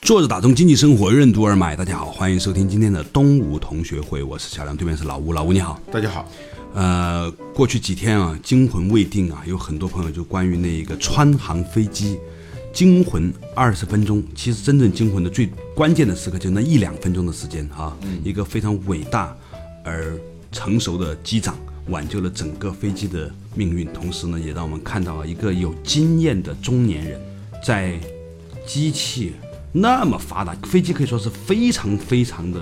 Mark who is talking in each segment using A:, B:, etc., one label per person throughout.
A: 坐着打通经济生活，任督二脉。大家好，欢迎收听今天的东吴同学会，我是小梁，对面是老吴，老吴你好。
B: 大家好，
A: 呃，过去几天啊，惊魂未定啊，有很多朋友就关于那个川航飞机惊魂二十分钟。其实真正惊魂的最关键的时刻，就那一两分钟的时间啊，
B: 嗯
A: 一个非常伟大而成熟的机长挽救了整个飞机的命运，同时呢，也让我们看到了一个有经验的中年人在机器那么发达，飞机可以说是非常非常的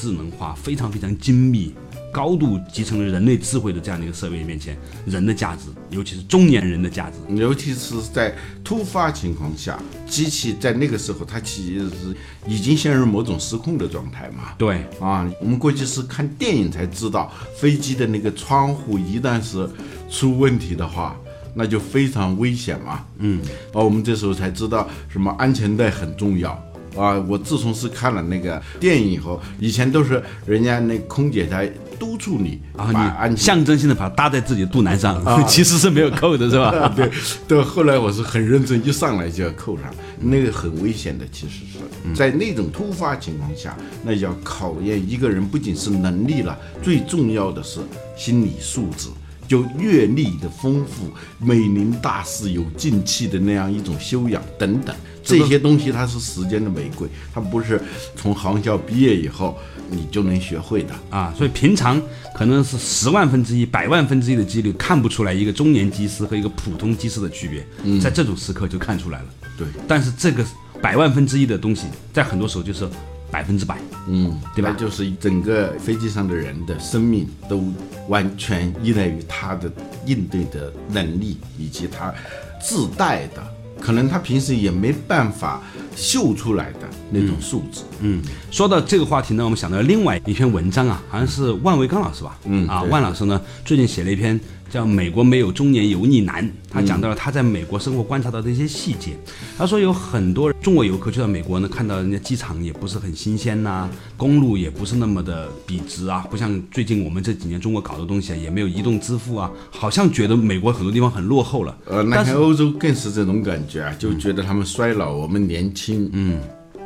A: 智能化，非常非常精密，高度集成了人类智慧的这样的一个设备面前，人的价值，尤其是中年人的价值，
B: 尤其是在突发情况下，机器在那个时候它其实是已经陷入某种失控的状态嘛。
A: 对，
B: 啊，我们过去是看电影才知道，飞机的那个窗户一旦是出问题的话，那就非常危险嘛。嗯，啊，我们这时候才知道什么安全带很重要。啊，我自从是看了那个电影以后，以前都是人家那空姐才督促啊你
A: 然后
B: 把安
A: 啊你
B: 全啊
A: 象征性的把它搭在自己的肚腩上， 其实是没有扣的，是吧？
B: 对，到后来我是很认真，一上来就要扣上，那个很危险的，其实是在那种突发情况下，那要考验一个人不仅是能力了，最重要的是心理素质。就阅历的丰富，美龄大士有静气的那样一种修养等等，这些东西它是时间的玫瑰，它不是从航校毕业以后你就能学会的。
A: 啊，所以平常可能是十万分之一、百万分之一的几率看不出来一个中年机师和一个普通机师的区别，在这种时刻就看出来了。
B: 嗯对，
A: 但是这个百万分之一的东西，在很多时候就是百分之百。
B: 嗯，
A: 对吧
B: 那就是整个飞机上的人的生命都完全依赖于他的应对的能力以及他自带的，可能他平时也没办法秀出来的那种素质。
A: 嗯，说到这个话题呢，我们想到另外一篇文章啊，好像是万维刚老师吧？
B: 嗯
A: 啊，
B: 对
A: 万老师呢最近写了一篇叫《美国没有中年油腻男》，他讲到了他在美国生活观察到的一些细节。他说有很多中国游客去到美国呢，看到人家机场也不是很新鲜呐、公路也不是那么的笔直啊，不像最近我们这几年中国搞的东西啊，也没有移动支付啊，好像觉得美国很多地方很落后了。
B: 呃，那
A: 但是嗯
B: 天欧洲更是这种感觉啊，就觉得他们衰老，我们年轻，嗯，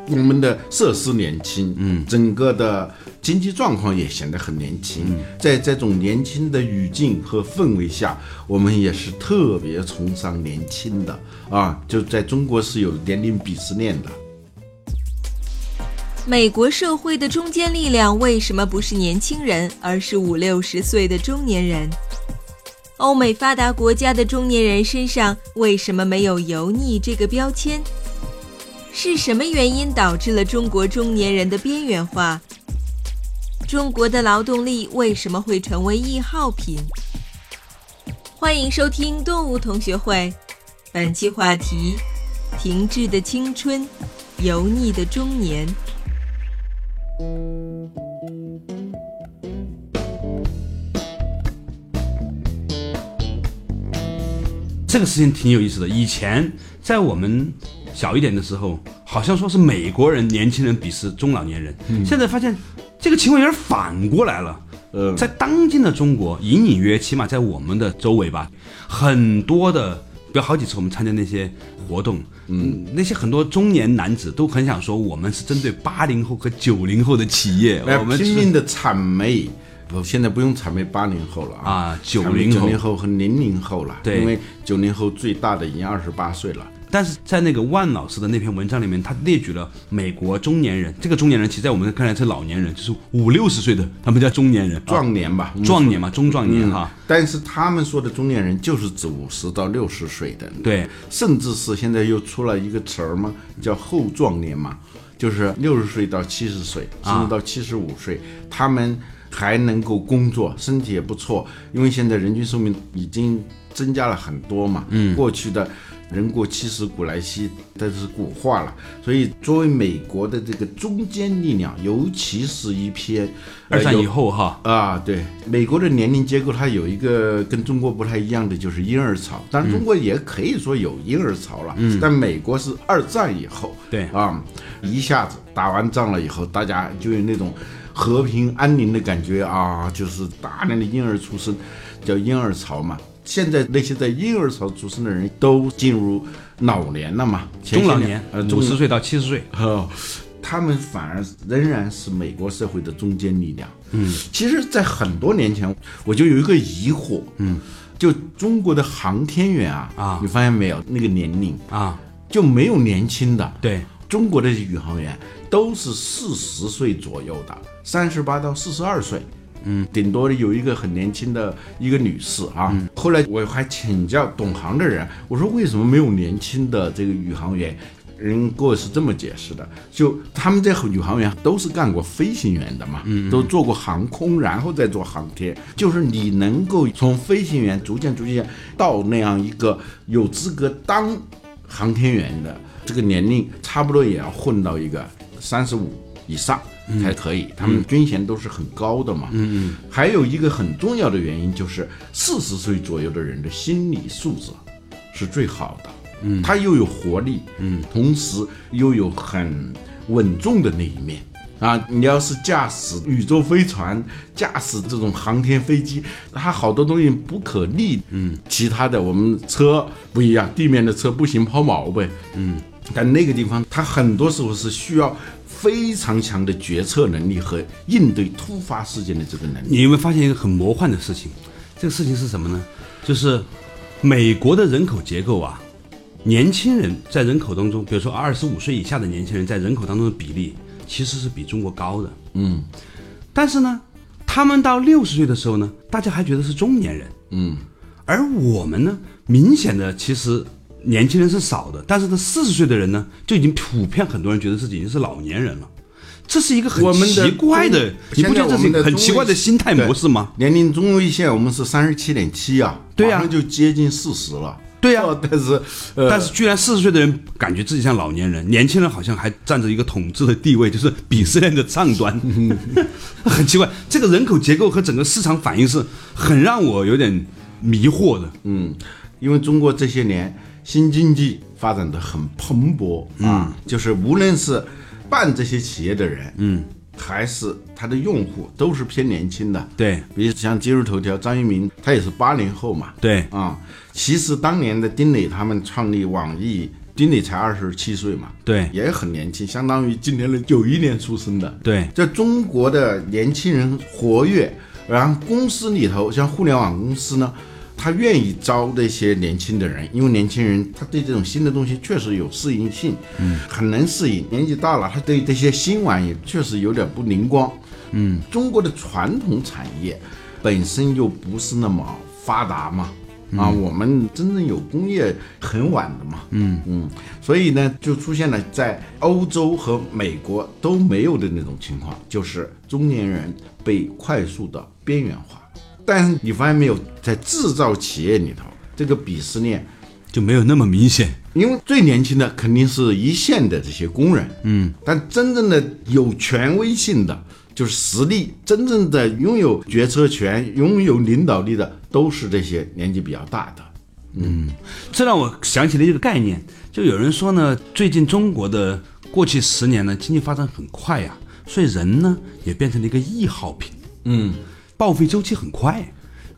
B: 我们的设施年轻，嗯，整个的经济状况也显得很年轻。
A: 嗯
B: 在这种年轻的语境和氛围下，我们也是特别崇尚年轻的啊，就在中国是有年龄鄙视链的。
C: 美国社会的中坚力量为什么不是年轻人，而是五六十岁的中年人？欧美发达国家的中年人身上为什么没有“油腻”这个标签？是什么原因导致了中国中年人的边缘化？中国的劳动力为什么会成为易耗品？欢迎收听动物同学会，本期话题：停滞的青春，油腻的中年。
A: 这个事情挺有意思的。以前在我们小一点的时候，好像说是美国人年轻人鄙视中老年人，
B: 嗯
A: 现在发现这个情况有点反过来了。
B: 呃，
A: 在当今的中国，隐隐约，起码在我们的周围吧，很多的，比如好几次我们参加那些活动，嗯，那些很多中年男子都很想说，我们是针对八零后和九零后的企业，
B: 来
A: 我们
B: 拼
A: 是
B: 命的谄媚。不，现在不用谄媚八零后了
A: 啊
B: 啊，
A: 90
B: 谄媚
A: 后
B: 九零后和零零后了，
A: 对
B: 因为九零后最大的已经二十八岁了。
A: 但是在那个万老师的那篇文章里面，他列举了美国中年人，这个中年人其实在我们看来是老年人，就是五六十岁的，他们叫中年人，
B: 壮年吧，我们
A: 壮年嘛，中壮
B: 嗯
A: 年哈。
B: 但是他们说的中年人就是指五十到六十岁的，，
A: 对，
B: 甚至是现在又出了一个词儿嘛，叫后
A: 啊
B: 壮年嘛，就是六十岁到七十岁，甚至到七十五岁，他们还能够工作，身体也不错，因为现在人均寿命已经增加了很多嘛。嗯，过去的人过七十古来稀，但是古话了，所以作为美国的这个中坚力量，尤其是一篇呃
A: 二战
B: 后。有
A: 以后哈，
B: 啊，对，美国的年龄结构它有一个跟中国不太一样的，就是婴儿潮。当然，中国也可以说有婴儿潮了，但美国是二战以后，
A: 嗯对
B: 啊，一下子打完仗了以后，大家就有那种和平安宁的感觉啊，就是大量的婴儿出生，叫婴儿潮嘛。现在那些在婴儿潮出生的人都进入老年了嘛，前
A: 中
B: 些
A: 老
B: 年
A: 年
B: 呃，，中
A: 五十岁到七十岁，
B: 哦，他们反而仍然是美国社会的中坚力量。嗯，其实，在很多年前，我就有一个疑惑，嗯，就中国的航天员啊，
A: 啊
B: 你发现没有，那个年龄
A: 啊，
B: 就没有年轻的，
A: 对，
B: 中国的宇航员都是四十岁左右的，三十八到四十二岁。嗯，顶多有一个很年轻的一个女士啊。后来我还请教懂行的人，我说为什么没有年轻的这个宇航员？人给我是这么解释的，就他们这宇航员都是干过飞行员的嘛，都做过航空，然后再做航天，就是你能够从飞行员逐渐逐渐到那样一个有资格当航天员的这个年龄差不多也要混到一个三十五以上才可以，他们军衔都是很高的嘛。嗯，还有一个很重要的原因就是四十岁左右的人的心理素质是最好的。嗯，他又有活力，嗯，同时又有很稳重的那一面。啊，你要是驾驶宇宙飞船，驾驶这种航天飞机，它好多东西不可逆。嗯，其他的我们车不一样，地面的车不行抛锚呗。嗯，但那个地方它很多时候是需要非常强的决策能力和应对突发事件的这个能力。
A: 你有没有发现一个很魔幻的事情？这个事情是什么呢？就是美国的人口结构啊，年轻人在人口当中，比如说二十五岁以下的年轻人在人口当中的比例，其实是比中国高的。嗯，但是呢，他们到六十岁的时候呢，大家还觉得是中年人。嗯，而我们呢，明显的其实。年轻人是少的，但是呢，四十岁的人呢，就已经普遍很多人觉得自己已经是老年人了，这是一个很
B: 我们的
A: 奇怪的，你不觉得这是一个很奇怪的心态模式吗？
B: 年龄中位线我们是三十七点七啊，
A: 对呀
B: 马上就接近四十了。
A: 对呀
B: 哦 但是呃，
A: 但是居然四十岁的人感觉自己像老年人，年轻人好像还占着一个统治的地位，就是鄙视链的上端， 很奇怪。这个人口结构和整个市场反应是很让我有点迷惑的。
B: 嗯，因为中国这些年新经济发展的很蓬勃
A: 嗯
B: 啊，就是无论是办这些企业的人，嗯，还是他的用户，都是偏年轻的。
A: 对
B: 比如像今日头条张一鸣，他也是八零后嘛。
A: 对
B: 啊、其实当年的丁磊他们创立网易，丁磊才二十七岁嘛，
A: 对
B: 也很年轻，相当于今年的九一年出生的。
A: 对
B: 在中国的年轻人活跃，然后公司里头，像互联网公司呢，他愿意招这些年轻的人，因为年轻人他对这种新的东西确实有适应性，嗯，很能适应。年纪大了，他对这些新玩意确实有点不灵光，嗯，中国的传统产业本身又不是那么发达嘛。啊，我们真正有工业很晚的嘛，嗯嗯，所以呢，就出现了在欧洲和美国都没有的那种情况，就是中年人被快速的边缘化。但是你发现没有，在制造企业里头，这个鄙视链
A: 就没有那么明显。
B: 因为最年轻的肯定是一线的这些工人，嗯，但真正的有权威性的，就是实力，真正的拥有决策权、拥有领导力的，都是这些年纪比较大的。
A: 这让我想起了一个概念，就有人说呢，最近中国的过去十年呢，经济发展很快呀、所以人呢也变成了一个易耗品，嗯，报废周期很快，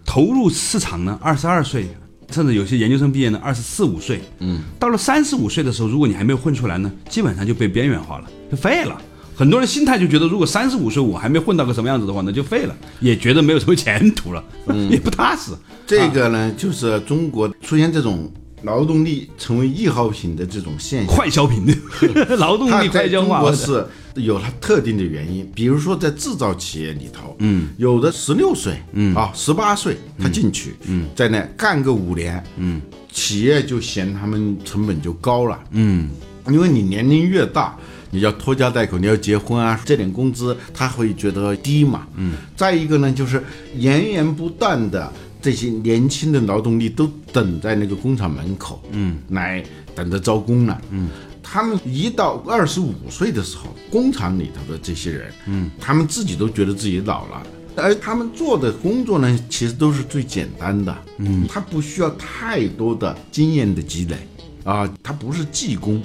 A: 投入市场呢二十二岁，甚至有些研究生毕业呢二十四五岁，嗯，到了三十五岁的时候，如果你还没有混出来呢，基本上就被边缘化了，就废了。很多人心态就觉得，如果三十五岁我还没混到个什么样子的话，那就废了，也觉得没有什么前途了， 也不踏实。
B: 这个呢，就是中国出现这种劳动力成为易耗品的这种现象。
A: 快消品， 劳动
B: 它
A: 力快
B: 在
A: 消
B: 中
A: 化。
B: 国是有它特定的原因，比如说在制造企业里头，嗯，有的十六岁，嗯啊，十八岁他进去，嗯，在那干个五年，嗯，企业就嫌他们成本就高了，嗯，因为你年龄越大，你要拖家带口，你要结婚啊，这点工资他会觉得低嘛。嗯，再一个呢，就是源源不断的这些年轻的劳动力都等在那个工厂门口，嗯，来等着招工呢。嗯。他们一到二十五岁的时候，工厂里头的这些人，嗯，他们自己都觉得自己老了，而他们做的工作呢，其实都是最简单的，嗯，他不需要太多的经验的积累，啊，他不是技工，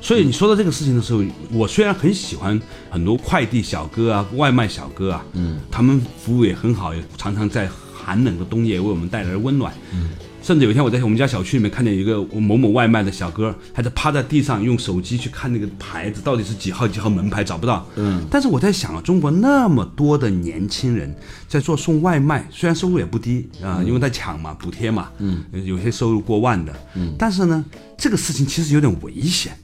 A: 所以你说到这个事情的时候，我虽然很喜欢很多快递小哥啊、外卖小哥啊，嗯，他们服务也很好，也常常在寒冷的冬夜为我们带来温暖。嗯，甚至有一天我在我们家小区里面看见一个某某外卖的小哥，还在趴在地上用手机去看那个牌子到底是几号几号门牌找不到。嗯，但是我在想啊，中国那么多的年轻人在做送外卖，虽然收入也不低啊、因为在抢嘛、补贴嘛，嗯，有些收入过万的，嗯，但是呢，这个事情其实有点危险。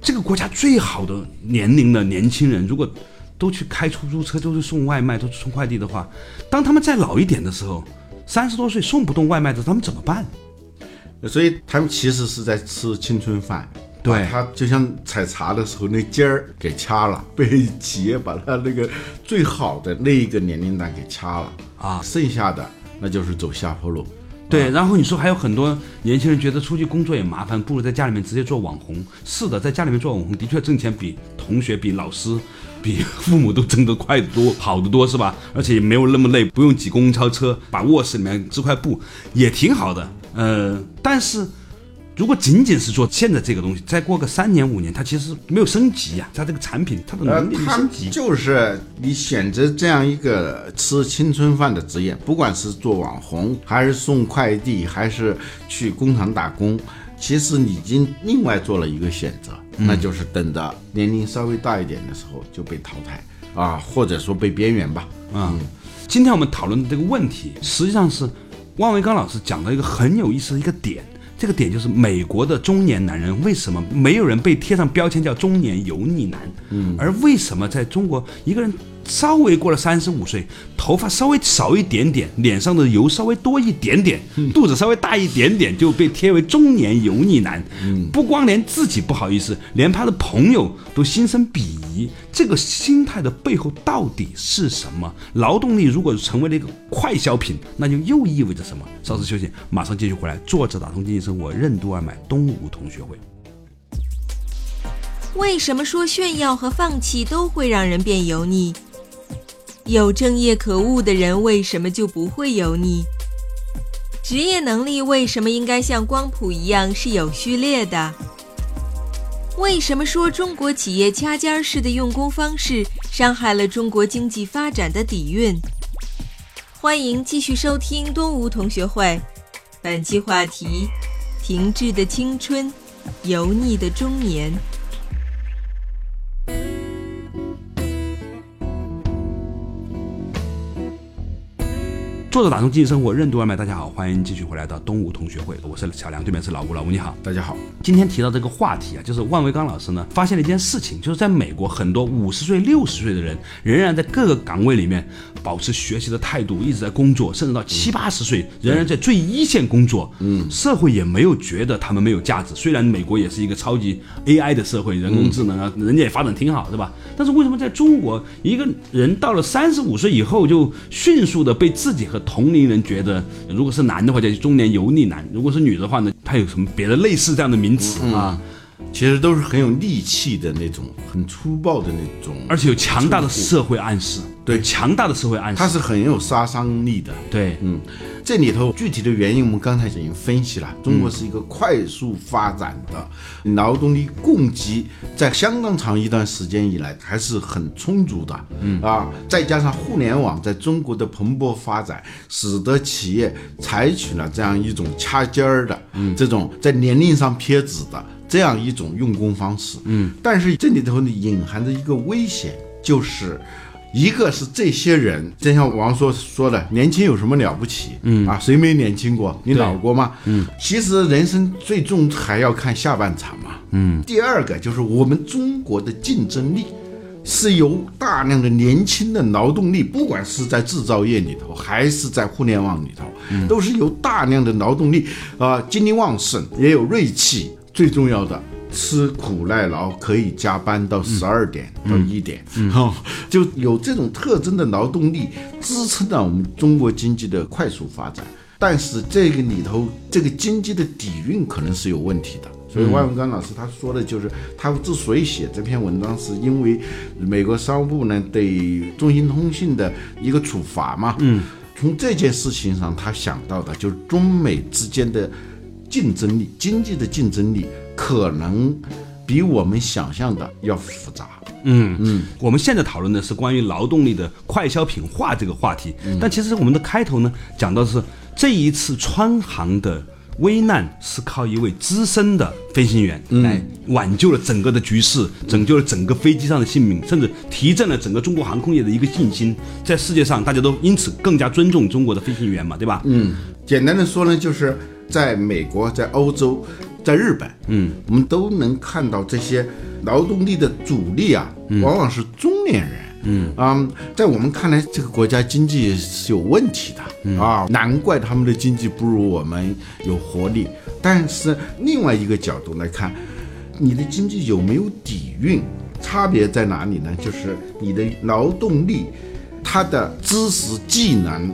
A: 这个国家最好的年龄的年轻人，如果都去开出租车，都是送外卖，都是送快递的话，当他们再老一点的时候，三十多岁送不动外卖的，他们怎么办？
B: 所以他们其实是在吃青春饭。
A: 对
B: 把他就像采茶的时候那尖儿给掐了，被企业把他那个最好的那一个年龄段给掐了
A: 啊
B: 剩下的那就是走下坡路。
A: 对，然后你说还有很多年轻人觉得出去工作也麻烦，不如在家里面直接做网红。是的，在家里面做网红的确挣钱比同学、比老师、比父母都挣得快得多，好得多，是吧？而且也没有那么累，不用挤公交车，把卧室里面支块布也挺好的。呃，但是如果仅仅是做现在这个东西，再过个三年五年，它其实没有升级呀、它这个产品它的
B: 呃
A: 能力，没
B: 他
A: 升级。
B: 就是你选择这样一个吃青春饭的职业，不管是做网红，还是送快递，还是去工厂打工，其实你已经另外做了一个选择，
A: 嗯
B: 那就是等着年龄稍微大一点的时候就被淘汰啊，或者说被边缘吧。
A: 嗯，今天我们讨论的这个问题，实际上是汪维刚老师讲到一个很有意思的一个点。这个点就是美国的中年男人为什么没有人被贴上标签叫中年油腻男，嗯，而为什么在中国一个人稍微过了三十五岁，头发稍微少一点点，脸上的油稍微多一点点，肚子稍微大一点点就被贴为中年油腻男，嗯，不光连自己不好意思，连他的朋友都心生鄙夷，这个心态的背后到底是什么？劳动力如果成为了一个快消品，那就又意味着什么？稍事休息，马上继续回来。作者打通经济生活，任督二脉，东吴同学会。
C: 为什么说炫耀和放弃都会让人变油腻？有正业可悟的人为什么就不会油腻？职业能力为什么应该像光谱一样是有序列的？为什么说中国企业掐尖儿式的用工方式伤害了中国经济发展的底蕴？欢迎继续收听东吴同学会，本期话题：停滞的青春，油腻的中年。
A: 作者打通经济生活，任督二脉，大家好，欢迎继续回来到东吴同学会，我是小梁，对面是老吴，老吴你好。
B: 大家好，
A: 今天提到这个话题啊，就是万维刚老师呢发现了一件事情，就是在美国很多五十岁、六十岁的人仍然在各个岗位里面保持学习的态度，一直在工作，甚至到七八十岁仍然在最一线工作。嗯，社会也没有觉得他们没有价值。虽然美国也是一个超级 AI 的社会，人工智能啊，人家也发展挺好，对吧？但是为什么在中国，一个人到了三十五岁以后，就迅速的被自己和同龄人觉得，如果是男的话叫中年油腻男，如果是女的话呢，她有什么别的类似这样的名词啊？
B: 其实都是很有戾气的那种，很粗暴的那种，
A: 而且有强大的社会暗示，
B: 对
A: 强大的社会暗示，
B: 它是很有杀伤力的。
A: 对，
B: 嗯，这里头具体的原因我们刚才已经分析了。中国是一个快速发展的劳动力供给，在相当长一段时间以来还是很充足的。嗯啊，再加上互联网在中国的蓬勃发展，使得企业采取了这样一种掐尖儿的，嗯，这种在年龄上撇子的这样一种用工方式。嗯，但是这里头呢隐含着一个危险，就是。一个是这些人，真像王朔说的，年轻有什么了不起？嗯啊，谁没年轻过？你老过吗？嗯，其实人生最终还要看下半场嘛。嗯，第二个就是我们中国的竞争力。是由大量的年轻的劳动力，不管是在制造业里头，还是在互联网里头，都是由大量的劳动力，啊、精力旺盛，也有锐气。最重要的吃苦耐劳，可以加班到十二点到一点，哈，就有这种特征的劳动力支撑了我们中国经济的快速发展。但是这个里头，这个经济的底蕴可能是有问题的。所以万文刚老师他说的就是，他之所以写这篇文章，是因为美国商务部呢对中兴通信的一个处罚嘛。嗯，从这件事情上，他想到的就是中美之间的竞争力，经济的竞争力可能比我们想象的要复杂。
A: 嗯嗯，我们现在讨论的是关于劳动力的快消品化这个话题，但其实我们的开头呢讲到的是这一次川航的危难是靠一位资深的飞行员来挽救了整个的局势，拯救了整个飞机上的性命，甚至提振了整个中国航空业的一个信心，在世界上大家都因此更加尊重中国的飞行员嘛，对吧？嗯，
B: 简单的说呢，就是在美国、在欧洲、在日本，嗯，我们都能看到这些劳动力的主力啊，往往是中年人。嗯啊、在我们看来，这个国家经济是有问题的、啊，难怪他们的经济不如我们有活力。但是另外一个角度来看，你的经济有没有底蕴，差别在哪里呢？就是你的劳动力，它的知识技能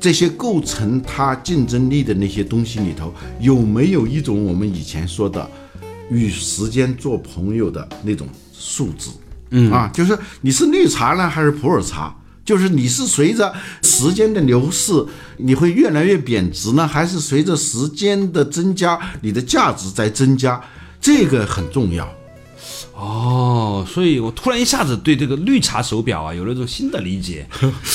B: 这些构成它竞争力的那些东西里头，有没有一种我们以前说的与时间做朋友的那种素质？嗯啊，就是你是绿茶呢，还是普洱茶？就是你是随着时间的流逝，你会越来越贬值呢，还是随着时间的增加，你的价值在增加？这个很重要。
A: 哦，所以我突然一下子对这个绿茶手表啊有了一种新的理解，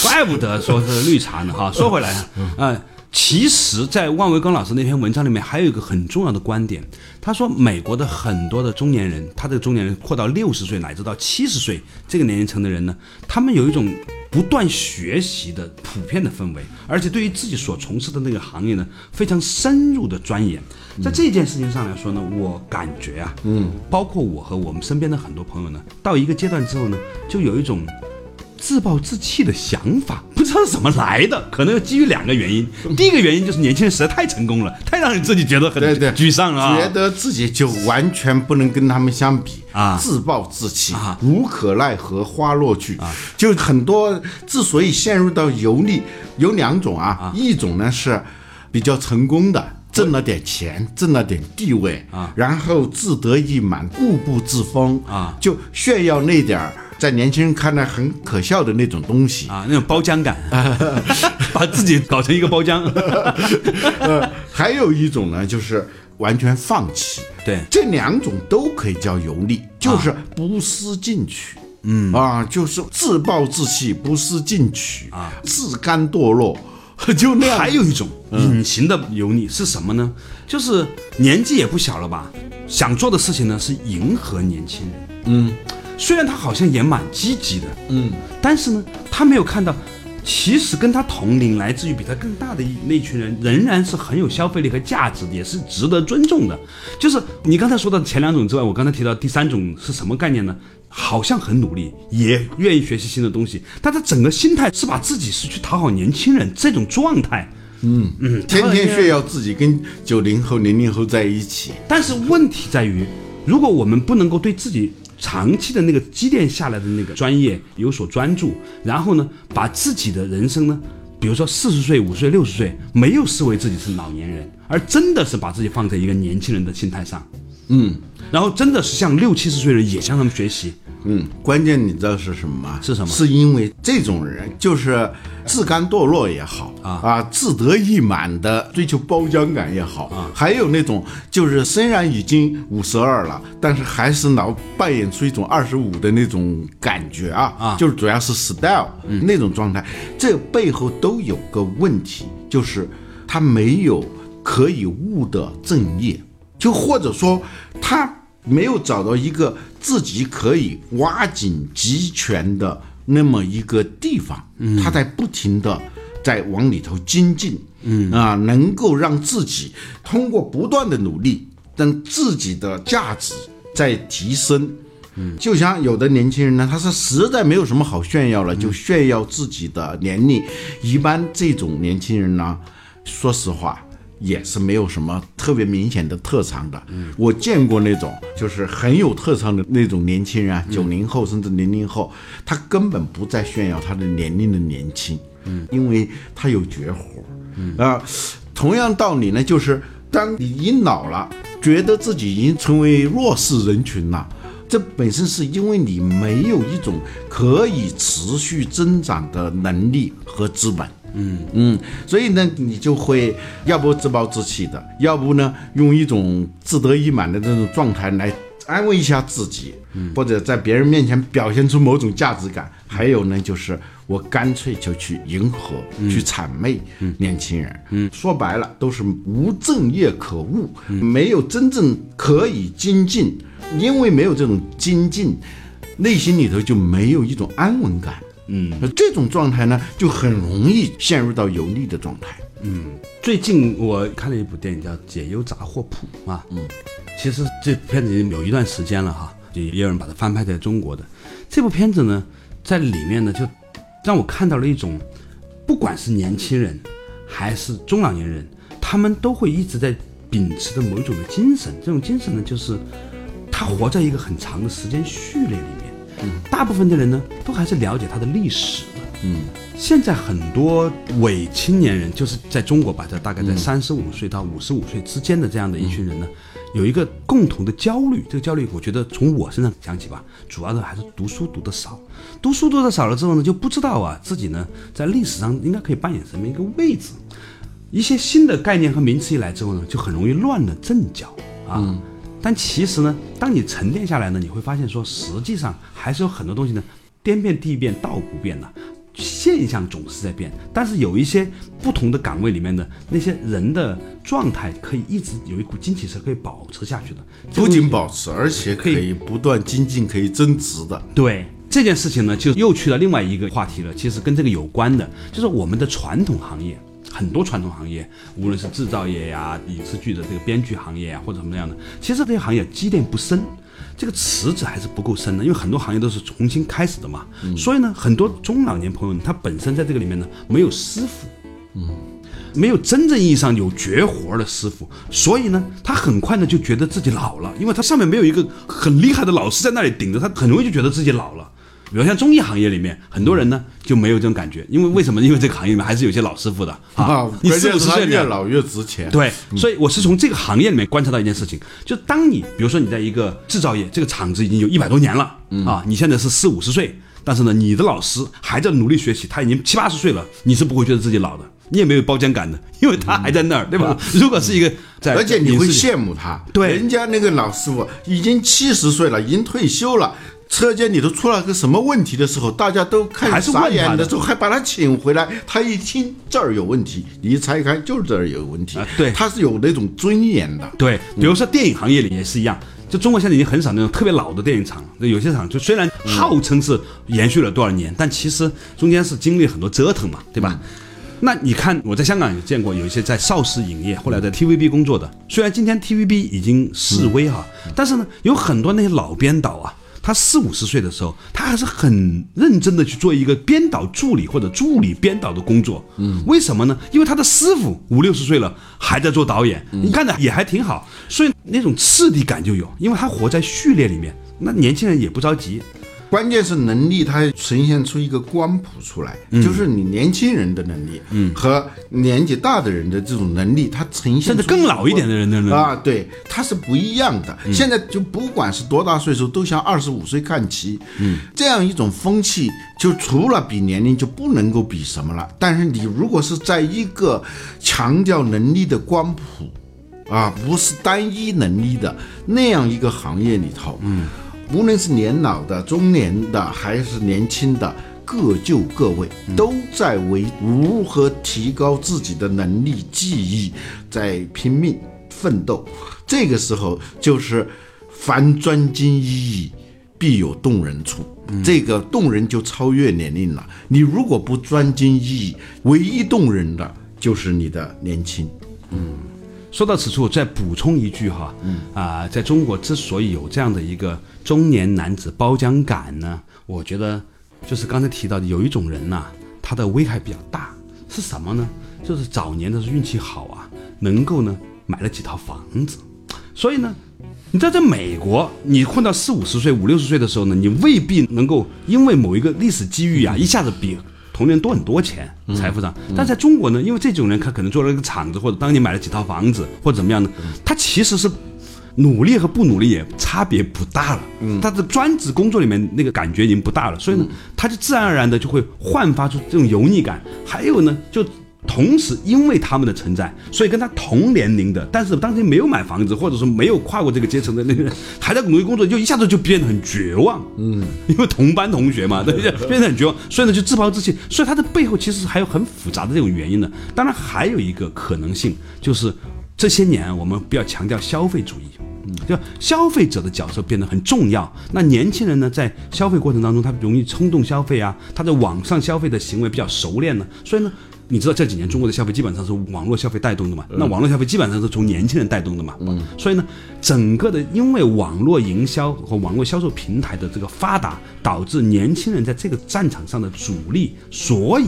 A: 怪不得说是绿茶呢哈。说回来，呃，其实，在万维刚老师那篇文章里面，还有一个很重要的观点，他说美国的很多的中年人，他这个中年人扩到六十岁乃至到七十岁这个年龄层的人呢，他们有一种不断学习的普遍的氛围，而且对于自己所从事的那个行业呢，非常深入的钻研。
B: 嗯
A: 在这件事情上来说呢，我感觉啊，嗯，包括我和我们身边的很多朋友呢，到一个阶段之后呢，就有一种自暴自弃的想法，不知道是怎么来的，可能基于两个原因。第一个原因就是年轻人实在太成功了，太让人自己觉得很
B: 对对，
A: 沮丧了、啊，
B: 觉得自己就完全不能跟他们相比
A: 啊
B: 自暴自弃
A: 啊
B: 无可奈何花落去就很多之所以陷入到游历，有两种啊，一种呢是比较成功的。挣了点钱，
A: 啊
B: 挣了点地位啊，然后自得意满，固步自封
A: 啊
B: 就炫耀那点儿在年轻人看来很可笑的那种东西
A: 啊，那种包浆 感，把自己搞成一个包浆。
B: 呃，还有一种呢，就是完全放弃。
A: 对
B: 这两种都可以叫游历，就是不思进取。啊嗯啊，就是自暴自弃、不思进取啊、自甘堕落， 就那样。嗯
A: 还有一种隐形的油腻是什么呢？就是年纪也不小了吧，想做的事情呢是迎合年轻人。嗯，虽然他好像也蛮积极的，嗯，但是呢，他没有看到，其实跟他同龄、来自于比他更大的一那群人，仍然是很有消费力和价值的，也是值得尊重的。就是你刚才说的前两种之外，我刚才提到第三种是什么概念呢？好像很努力，也愿意学习新的东西，但他整个心态是把自己是去讨好年轻人这种状态。
B: 天天炫耀自己跟九零后、零零后在一起，
A: 但是问题在于，如果我们不能够对自己长期的那个积淀下来的那个专业有所专注，然后呢，把自己的人生呢，比如说四十岁、五十岁、六十岁，没有视为自己是老年人，而真的是把自己放在一个年轻人的心态上，嗯，然后真的是向六七十岁的人也向他们学习，
B: 嗯，关键你知道是什么吗？
A: 是什么
B: 是因为这种人就是自甘堕落也好啊自得意满的追求包浆感也好啊，还有那种就是虽然已经五十二了，但是还是老扮演出一种二十五的那种感觉啊啊，嗯就是主要是 style、那种状态，这背后都有个问题，就是他没有可以悟的正业，就或者说他没有找到一个自己可以挖井集权的那么一个地方，他在不停的在往里头精进，嗯啊，能够让自己通过不断的努力，让自己的价值在提升。嗯，就像有的年轻人呢，他是实在没有什么好炫耀了，就炫耀自己的年龄。一般这种年轻人呢，说实话，也是没有什么特别明显的特长的。我见过那种就是很有特长的那种年轻人啊，九零后甚至零零后，他根本不再炫耀他的年龄的年轻，嗯，因为他有绝活。嗯啊，同样道理呢，就是当你一老了，觉得自己已经成为弱势人群了。这本身是因为你没有一种可以持续增长的能力和资本。嗯嗯，所以呢，你就会要不自暴自弃的，要不呢用一种自得意满的这种状态来安慰一下自己，或者在别人面前表现出某种价值感。还有呢，就是我干脆就去迎合、去谄媚年轻人。嗯，说白了都是无正业可悟，没有真正可以精进。因为没有这种精进，内心里头就没有一种安稳感。嗯，这种状态呢，就很容易陷入到油腻的状态。
A: 最近我看了一部电影叫《解忧杂货铺》啊，嗯，其实这片子已经有一段时间了哈，也也有人把它翻拍在中国的。这部片子呢，在里面呢，就让我看到了一种，不管是年轻人还是中老年人，他们都会一直在秉持着某一种的精神。这种精神呢，就是他活在一个很长的时间序列里面。嗯，大部分的人呢，都还是了解他的历史的。现在很多伪青年人，就是在中国吧，在大概在三十五岁到五十五岁之间的这样的一群人呢，有一个共同的焦虑。这个焦虑，我觉得从我身上讲起吧，主要的还是读书读得少。读书读得少了之后呢，就不知道啊自己呢在历史上应该可以扮演什么一个位置。一些新的概念和名词一来之后呢，就很容易乱了阵脚啊。但其实呢，当你沉淀下来呢，你会发现说，实际上还是有很多东西呢，天变地变，道不变的。现象总是在变，但是有一些不同的岗位里面的那些人的状态，可以一直有一股精气神可以保持下去的。这
B: 不
A: 个
B: 仅保持，而且可
A: 可
B: 以不断精进，可以增值的。
A: 对这件事情呢，就又去了另外一个话题了。其实跟这个有关的，就是我们的传统行业，很多传统行业，无论是制造业啊呀、影视剧的这个编剧行业呀，啊或者什么样的，其实这个行业积淀不深。这个池子还是不够深的，因为很多行业都是重新开始的嘛。所以呢，很多中老年朋友呢他本身在这个里面呢没有师傅，没有真正意义上有绝活的师傅，所以呢，他很快呢就觉得自己老了，因为他上面没有一个很厉害的老师在那里顶着，他很容易就觉得自己老了。比如像中医行业里面，很多人呢就没有这种感觉，因为为什么？因为这个行业里面还是有些老师傅的啊。你
B: 关
A: 四
B: 键
A: 五
B: 是
A: 十
B: 它
A: 岁
B: 越
A: 了。
B: 老越值钱。
A: 对，所以我是从这个行业里面观察到一件事情，就当你比如说你在一个制造业，这个厂子已经有一百多年了、
B: 嗯
A: 啊，你现在是四五十岁，但是呢，你的老师还在努力学习，他已经七八十岁了，你是不会觉得自己老的，你也没有包浆感的，因为他还在那儿，对吧？如果是一个在，
B: 嗯而且你会
A: 影视界
B: 羡慕他，
A: 对
B: 人家那个老师傅已经七十岁了，已经退休了。车间里头出了个什么问题的时候，大家都
A: 还
B: 看
A: 是问他
B: 傻
A: 的
B: 眼时候，还把他请回来。他一听这儿有问题，你一拆开就是这儿有问题
A: 啊。对
B: 他是有那种尊严的。
A: 对，比如说电影行业里也是一样，就中国现在已经很少那种特别老的电影厂了，那有些厂就虽然
B: 嗯
A: 号称是延续了多少年，但其实中间是经历很多折腾嘛，对吧？
B: 嗯
A: 那你看，我在香港也见过有一些在邵氏影业，后来在 TVB 工作的，虽然今天 TVB 已经示威哈、但是呢，有很多那些老编导啊，他四五十岁的时候，他还是很认真的去做一个编导助理或者助理编导的工作。嗯，为什么呢？因为他的师傅五六十岁了还在做导演，你干的也还挺好，所以那种次第感就有，因为他活在序列里面。那年轻人也不着急，
B: 关键是能力，它呈现出一个光谱出来，
A: 嗯
B: 就是你年轻人的能力，和年纪大的人的这种能力，它呈现
A: 甚至
B: 出
A: 更
B: 个
A: 老一点的人的能力嗯
B: 啊，对，它是不一样的。现在就不管是多大岁数，都向二十五岁看齐，嗯，这样一种风气，就除了比年龄，就不能够比什么了。但是你如果是在一个强调能力的光谱。啊，不是单一能力的那样一个行业里头，嗯，无论是年老的、中年的还是年轻的，各就各位，都在为如何提高自己的能力、技艺，在拼命奋斗。这个时候就是凡专精一艺，必有动人处。这个动人就超越年龄了。你如果不专精一艺，唯一动人的就是你的年轻。
A: 说到此处，再补充一句哈，啊、在中国之所以有这样的一个中年男子包浆感呢，我觉得就是刚才提到的有一种人呐、他的危害比较大，是什么呢？就是早年的时候运气好啊，能够呢买了几套房子。所以呢，你在这美国，你混到四五十岁、五六十岁的时候呢，你未必能够因为某一个历史机遇啊，一下子比同龄人多很多钱，财富上。但在中国呢，因为这种人他可能做了一个厂子，或者当年买了几套房子，或者怎么样呢，他其实是。努力和不努力也差别不大了，他的专职工作里面那个感觉已经不大了，所以呢，他就自然而然的就会焕发出这种油腻感。还有呢，就同时因为他们的存在，所以跟他同年龄的，但是当年没有买房子或者说没有跨过这个阶层的那个人，还在努力工作，就一下子就变得很绝望。嗯，因为同班同学嘛，对不对？变得很绝望，所以呢就自暴自弃。所以他的背后其实还有很复杂的这种原因的。当然还有一个可能性就是。这些年我们比较强调消费主义，就消费者的角色变得很重要。那年轻人呢，在消费过程当中，他容易冲动消费啊，他在网上消费的行为比较熟练呢，所以呢。你知道这几年中国的消费基本上是网络消费带动的嘛？那网络消费基本上是从年轻人带动的嘛？所以呢，整个的因为网络营销和网络销售平台的这个发达，导致年轻人在这个战场上的主力，所以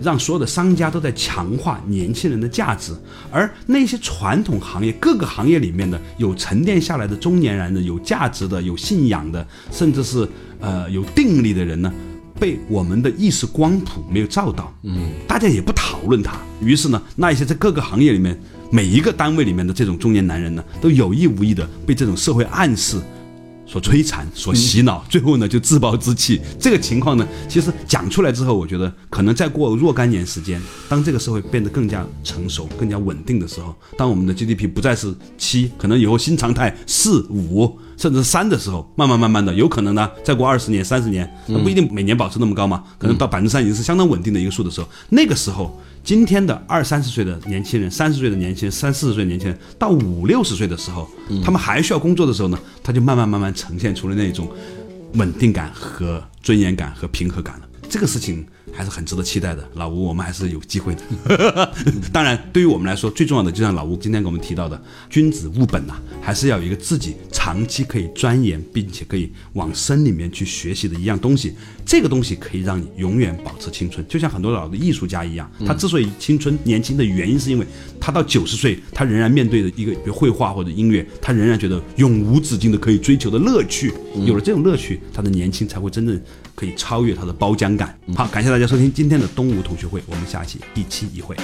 A: 让所有的商家都在强化年轻人的价值，而那些传统行业各个行业里面的有沉淀下来的中年人的、有价值的、有信仰的，甚至是呃有定力的人呢，被我们的意识光谱没有照到，嗯，大家也不讨论他，于是呢，那一些在各个行业里面每一个单位里面的这种中年男人呢，都有意无意的被这种社会暗示所摧残、所洗脑，最后呢就自暴自弃。这个情况呢，其实讲出来之后，我觉得可能再过若干年时间，当这个社会变得更加成熟、更加稳定的时候，当我们的 GDP 不再是七，可能以后新常态四五。甚至三的时候，慢慢慢慢的，有可能呢，再过二十年、三十年，那不一定每年保持那么高嘛，可能到百分之三已经是相当稳定的一个数的时候，那个时候，今天的二三十岁的年轻人、三十岁的年轻人、三四十岁的年轻人，到五六十岁的时候，他们还需要工作的时候呢，他就慢慢慢慢呈现出了那种稳定感和尊严感和平和感了。这个事情还是很值得期待的，老吴，我们还是有机会的。 当然，对于我们来说，最重要的就像老吴今天给我们提到的，君子务本呐、还是要有一个自己长期可以钻研，并且可以往深里面去学习的一样东西。这个东西可以让你永远保持青春，就像很多老的艺术家一样，他之所以青春年轻的原因，是因为他到九十岁，他仍然面对着一个比如绘画或者音乐，他仍然觉得永无止境的可以追求的乐趣。有了这种乐趣，他的年轻才会真正可以超越他的包浆感。好，感谢大家收听今天的东吴同学会，我们下期一期一会。